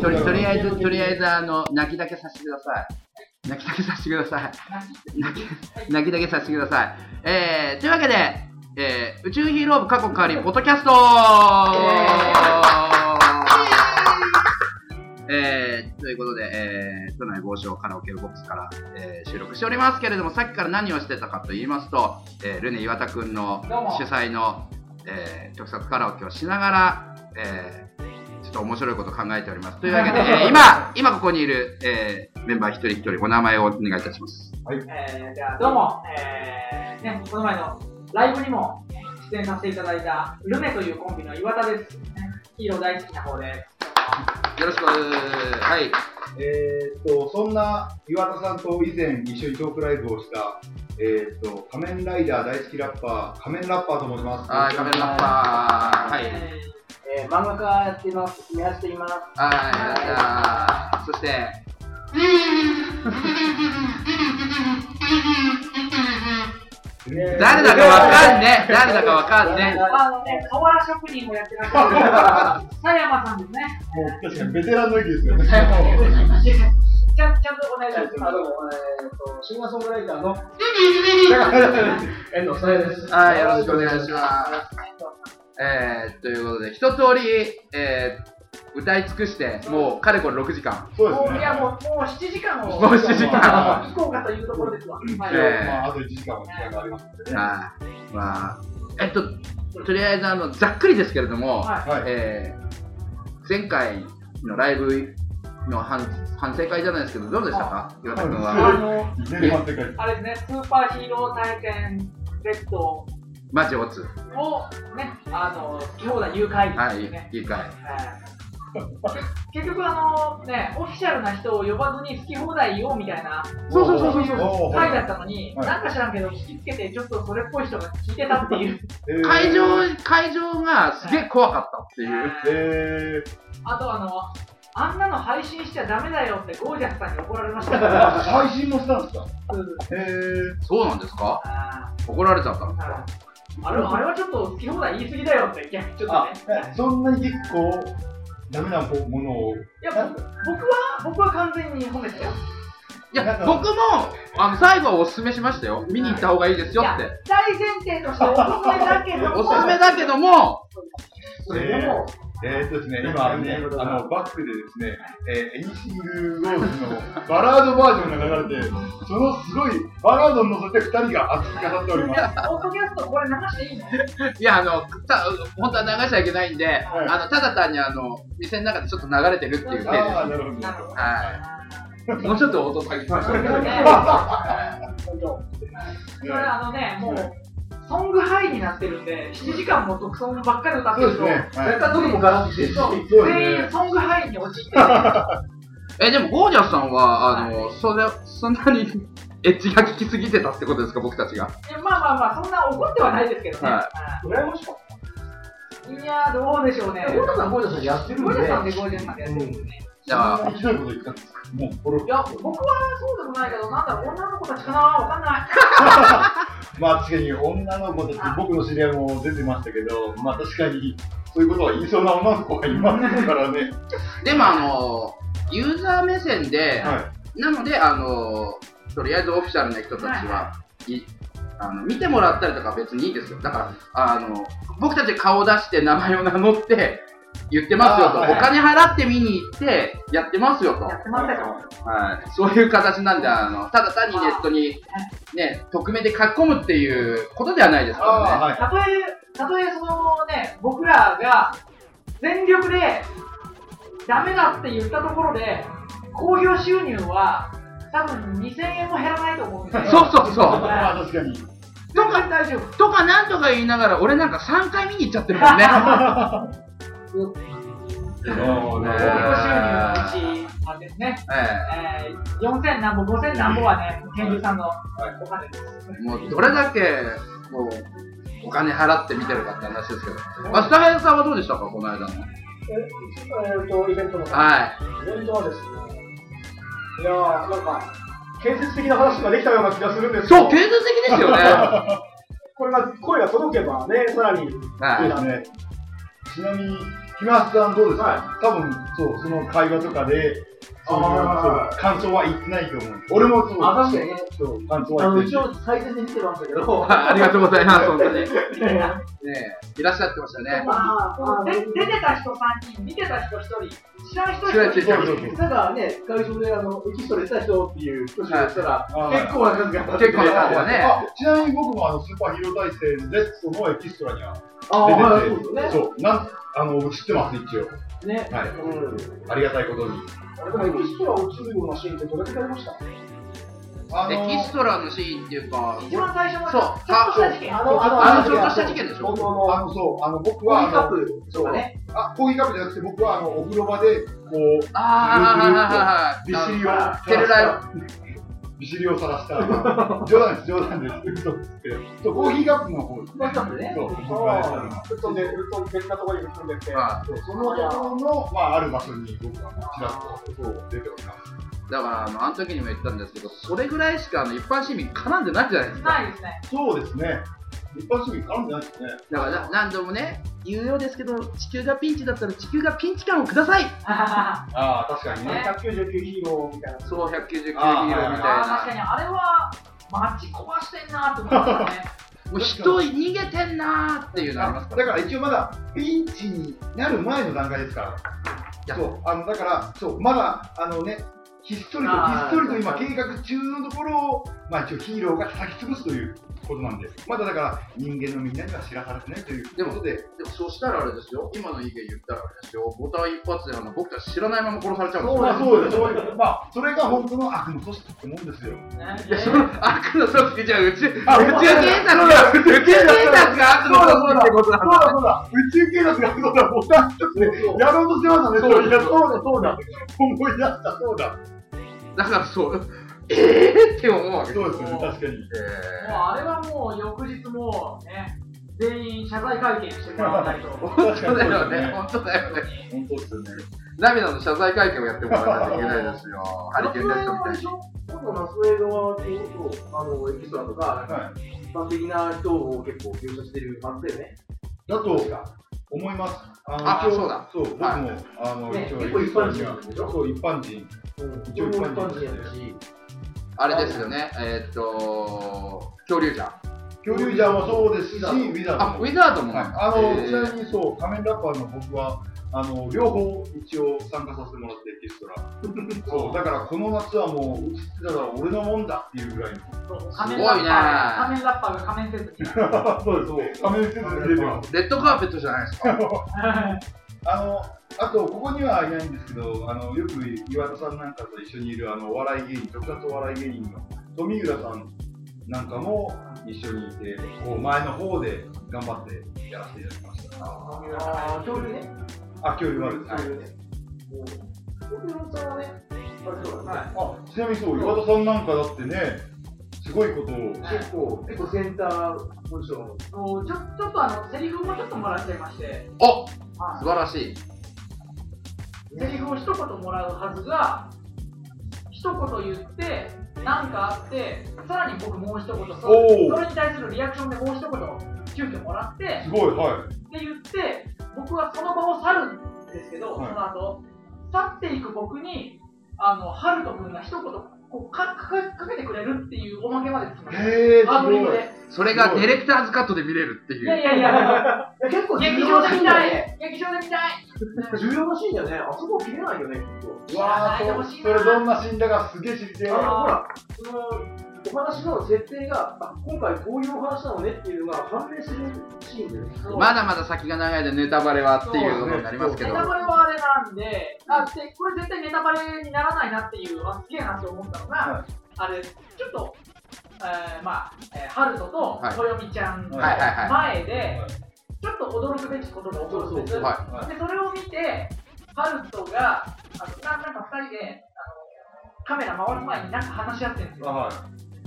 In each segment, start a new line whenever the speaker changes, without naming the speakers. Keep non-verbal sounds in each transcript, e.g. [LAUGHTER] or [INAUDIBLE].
とりとりあえず、とりあえず、あの、泣きだけさせてください。泣きだけさせてください。泣き、 [LAUGHS] 泣きだけさせてください。えー、というわけで、えー、宇宙ヒーロー部過去代わり、ポッドキャストえー、ということで、えー、都内某所カラオケボックスから、えー収録しておりますけれども、さっきから何をしてたかと言いますと、えールネ岩田くんの
どうも
主催の、えー、特撮カラオケをしながら、えーちょっと面白いことを考えております。というわけで、えー今、今ここにいる、えーメンバー一人一人、お名前をお願いいたします。
えー、じゃあどうも、えー、ね、この前のライブにも出演させていただいた、ルメというコンビの岩田です。ヒーロー大好きな方です。
よろしくはい。
えーっと、そんな岩田さんと以前一緒にトークライブをした、えーっと、仮面ライダー大好きラッパー、仮面ラッパーと申します。
はい、カメララッパー。はい。はい、
えー
えー、漫画家やっています、目指していま
[LAUGHS]
す。
じゃあ、そして、誰だかわかんね。誰だかわかんね。
あのね、瓦職人もやってらっしゃる、佐山さんですね。
もう確かにベテランの域ですよね。
ちゃんちゃんとお願いします。
あどうも、えー、とシンガーソングライターの遠藤それです。
はい、よろしくお願いします。えー、ということで、一通り、えー、歌い尽くして、もう、かれこれ6時間。
そうで
も
す
うい
ね。
やもうもう7時間を
もう7時間
行こうかというところですわ。はい
え
まあ、あと1時間は時間がありますのでね。
はい。まあ、えっと、とりあえず、あの、ざっくりですけれども、
は
はい。
えー前回のライブの反反省会じゃないですけど、どうでしたか、岩田君
い、
は。
あの
全然待って帰って。
あれですね、スーパーヒーロー体験ベッドを
マジオツ。
ね、あの好き放題誘拐
は
です
い
よね。、
いいか
はいけ結局あのね、オフィシャルな人を呼ばずに好き放題言おうみたいな
そうそうそうそうそう
おー
回だったのに、
はい
なんか知らんけど聞きつけてちょっとそれっぽい人が聞いてたっていう。
え
い。
ー
会場、会場がすげえ怖かったっていう。
えー、
[LAUGHS] あとあの、あんなの配信しちゃダメだよってゴージャスさんに怒られまし
[LAUGHS]
た
あ配信もしたんですか
うん
えー、
そうなんですか
あ
怒られちゃったの
ーはいあれはあれはちょっと好き放題言い過ぎだよって、逆にちょっと
あ
ね。、
えそんなに結構、ダメなものを。
いや、僕僕は、僕は完全に褒めてたよ。
いや、僕も、あの、最後はおすすめしましたよ。見に行った方がいいですよっ
い
て。
大前提としておすすめだけど
[LAUGHS]
も、
おすすめだけども、
えーえーっとですね、今ね、あのバックでですね、えーエニシング・ローズのバラードバージョンが流れて、そのすごいバラードを除いて2人が熱く語っております。
ポッドキャストこれ流していいの
いや、あの、た本当は流しちゃいけないんで、
い
あの、ただ単にあの、店の中でちょっと流れてるっていう手で
ああ、なるほど。
はい。 [LAUGHS] もうちょっと音下げましょう。
それあのね、もう、ソングハイになってるんで、7時間も独ソングばっかり歌って
そう
る
です
と、
ね。
絶
は
対どこもガラスしてるし
そう
そうですね
全員ソングハイに陥
[LAUGHS]
ってる。あ
え、でも、ゴージャスさんは、あの、それ、そんなに、 [LAUGHS] エッジが効きすぎてたってことですか、僕たちが。
まあまあまあ、そんな怒ってはないですけどね。
は
羨ましかっ
うんいやー、どうでしょうね
た。。ゴーダさん、ゴーダさんやってるん
ゴ
で。
ージャスさんでゴージャスさんでやってるんでね。
じゃあ、
い。ひどいこと言ったんですかもう、これ、
いや、僕はそうでもないけど、なんだろう、女の子たちかなわかんない。
[LAUGHS] まあ確かに女の子たち、僕の知り合いも出てましたけど、まあ確かに、そういうことは言いそうな女の子がいますから [LAUGHS] ね。
でも、あの、ユーザー目線で、
は
なので、あの、とりあえずオフィシャルな人たちは、いあの見てもらったりとかは別にいいですよ。だから、あの、僕たち顔出して名前を名乗って、言ってますよと、
あーはい
お金払って見に行って、やってますよと。
やってましたよ。
はい、そういう形なんで、あのただ単にネットに、ね、匿名で書き込むっていうことではないです
あ
から
あ、
ね。
はい。
たとえ、たとえそのね、僕らが全力でダメだって言ったところで、興行収入は多分2000円も減らないと思うんで、
[LAUGHS] そうそうそう。
まあ確かに。
全然大丈夫。
とかなんとか言いながら、俺なんか3回見に行っちゃってるもんね。ね
興行収入のうち、
そう
あれですね、
え
えー、4000何ぼ、5000何ぼはね、研究さんのお金です。
えもうどれだけもうお金払って見てるかって話ですけど。まあ、スタヘルさんはどうでしたか、この間の。
えー、と、イベントの。
は
イベントはですね。いやー、なんか、建設的な話ができたような気がするんで
い。
すけ
そう、
ど、
建設的ですよね。は
これが、声が届けばね、さらに。
そう
い。
ですね。ちなみに、木村さんどうですか、
は
多分、そう、その会話とかで、そういう
あー
そう感想は言ってないと思う。俺もそう。
あ確かにね
そう、感想
あ
は
の
言っ
一
てない。
応最善で見てましたけ
[LAUGHS]
ど、
ありがとうございます、本当に。ね
[LAUGHS] あ
えいらっしゃってましたね。
あで出てた人3人、見てた人1人、知らん人
知らん人
1
一
人
人。
なんかね、会場であのエキストラ出た人っていう挙手をしたら、
はい
結構な数が
結構な数がね
あちなみに僕もあのスーパーヒーロー大戦 Z のエキストラには
あーはい
出てて、
そうですよね。
そう、なんあの知ってます、一応。
ね、
はい、
うん
ありがたいことに。
あれでもエキストラを映るようなシーンってどれくらいありました
あの
エキストラのシーンっていうか、
一番最初の
そう
ちょっとした事件、
あのちょっとした事件でしょ
本当
あ
の
のそう、あの僕
コーヒ
は
ーカッ
あの
プとかね。
あコーヒーカップじゃなくて、僕はあのお風呂場でこう
ああ、
びっしりを
あのテルラ
びしりをさらした。冗談です、冗談です。嘘ですけどそうコーヒーカップの方です
ま
ね
あ。ちょっとね
そう、僕
あ
がやったのは
ー吹っ飛んで、吹っ飛んで、別なところに吹っ飛んでって。
まあ
そうそのところのまあある場所に僕はちらっとそう出ております。
だからあの、あの時にも言ったんですけど、それぐらいしかあの一般市民絡んでないじゃないですか。
ないですね。
そうですね。一般主義絡んでないですね。
だからな何度もね、言うようですけど、地球がピンチだったら地球がピンチ感をください
あ
ああ確かに
ね
199ヒーローみたいな。
そう、199キロみたい
あーはいはい
あ、確か
な。
にあれは、街壊してんなと思ったね。
もう人逃げてんなーっていうのあります
だから一応まだピンチになる前の段階ですか
いや
ら。そうあのだからそうまだあのねひっそりとひ
あ
っ
ー
そりと今計画中のところをまあ一応ヒーローが叩き潰すということなんでまだだから人間のみんなには知らされてないということで
でもそしたらあれですよ、今の意見言ったらあれですよ、ボタン一発であの僕たち知らないまま殺されちゃうんですよ。
まあそ
[LAUGHS]
うですそういうまあそれが本当の悪の組織ってもんですよ。
[LAUGHS] いや、その悪の組織じゃ宇宙、宇宙警察
あ
が、宇宙警察が悪の組織ってことなん
そうだそうだ、宇宙警察がそうだ、ボタン一つでやろうとしてましたね、そうだそうだ、思い出した、そうだ。
だ。だからそう、えぇ、ー、って思うわけです。
そうですね、確かに。
もうあれはもう翌日もうね、全員謝罪会見してもらわないと。
本当だよね、本当だよね。
本当ですよね。
涙の謝罪会見をやってもらわないといけないですよ。ハリケーンダイトみたいに。
今度のスウェード側っていうと、あの、エキストラとか、
はい。
一般的な人を結構描写してる感じだよね。
だと思います。あの
あ
一応
そうだ
そう、僕も、
は
あの、
ね
一応、
結構一般人なんでしょ
そう、一般人。
うん
一応一般人
やし。
あれですよね、えーっと、恐竜じゃん。
恐竜ジャーもそうですし、ウィザード
あ、
も。
ウィザードも。
はいあの、
えー
ちなみにそう、仮面ラッパーの僕は、あの、両方一応参加させてもらって、エキストラ。そう、だからこの夏はもう、映ってたら俺のもんだっていうぐらいの。 [LAUGHS]
仮
す
面
ご
ラ
い
ッ
ね
パーが仮面ラッパーが仮面せずに。
そうです、そう。仮面せず出てます。
レッドカーペットじゃないですか。
あの、あと、ここにはいないんですけど、あの、よく岩田さんなんかと一緒にいる、あの、お笑い芸人、特撮お笑い芸人の富浦さんなんかも一緒にいて、こう、前の方で頑張ってやらせていただきました。
ああ、恐竜ね。
あ、恐竜丸です
恐
ね。
竜ね。僕のさんはね、あれそうだね。
あ、ちなみにそう、岩田さんなんかだってね、すごいことを、
結構、結構センターポジションの
もうちょちょっとあのセリフもちょっともらっちゃいまして、
お
は
素晴らしい。
いセリフを一言もらうはずが、一言言って、なんかあって、さらに僕もう一言、そ
おー
それに対するリアクションでもう一言、急遽もらって、
すごい、はい。
って言って、僕はその場を去るんですけど、
はい
その後、去っていく僕に、あの、ハルト君が一言こうかかけかけてくれるっていうおまけまでつきました。
へー、
アド
すごい
リブ。で。
それがディレクターズカットで見れるって
い
い。
やいうやいや、
結構
劇場で見た
ね。
い劇場で見たい
重要なシーンだよね。あそこ切れないよね、きっ
う
と。
わーそう、それどんな死んだかすげえ知りてえ
あの
わ。
ほら、そのお話の設定が、あ今回こういうお話なのねっていうのが判明するシーンで、
まだまだ先が長いでネタバレはっていうことになりますけ
ネ
ど。
タバレはあれなんで、あでこれ絶対ネタバレにならないなっていう、あすげえなって思ったのが、
は
あれ、ちょっと、えーまあ、えーハルトと
はい
トヨミちゃんの
はいはいは
前で、
はい
ちょっと驚くべきことが起こるんです。
そうそう
は
でそれを見て、ハルトが、あのななんか2人であのカメラ回る前になんか話し合ってるんですよ。
は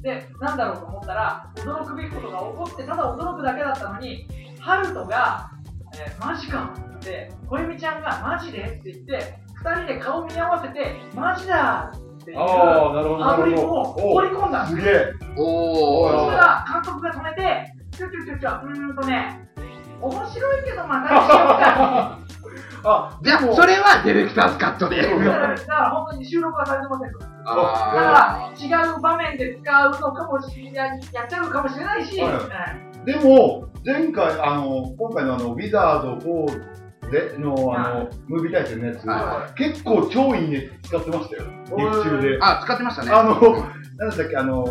い。
で、なんだろうと思ったら、驚くべきことが起こって、ただ驚くだけだったのに、ハルトが、えーマジかって、小指ちゃんがマジでって言って、2人で顔見合わせて、マジだっていうア
ああ、なるほど、な
ド
る
リブを
ほど。
放り込んだんですよ
おすげえ。
い。お
そ
ー。
したら監督が止めて、ちょちょちょちょ、うーんとね、面白いけどまたにしようか。
あ、
じゃあ、それはディレクタースカットで。
そう
だからだから本当に収録はされてませんだ
あー
から違う場面で使うのかもしれないやっちゃうかもしれないし、
はい
うん
でも、前回、あの、今回のあの、ウィザード4での、あの、ムービー対戦のやつ、
は
結構超いいね使ってましたよ。劇中で。
あ、使ってましたね。
あの、なんだっけ、あの、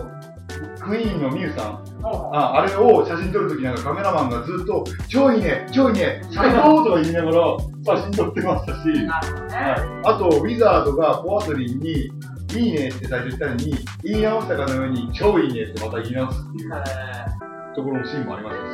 クイーンのミュウさん。ああれを写真撮るときなんかカメラマンがずっと、超いいね、超いいね、最高とか言いながら写真撮ってましたし、
なるほどね、
はい、あと、ウィザードがポアトリンに、いいねって最初言ったのに、言い直したかのように、超いいねってまた言い直すっていう
えー
ところのシーンもありましたし。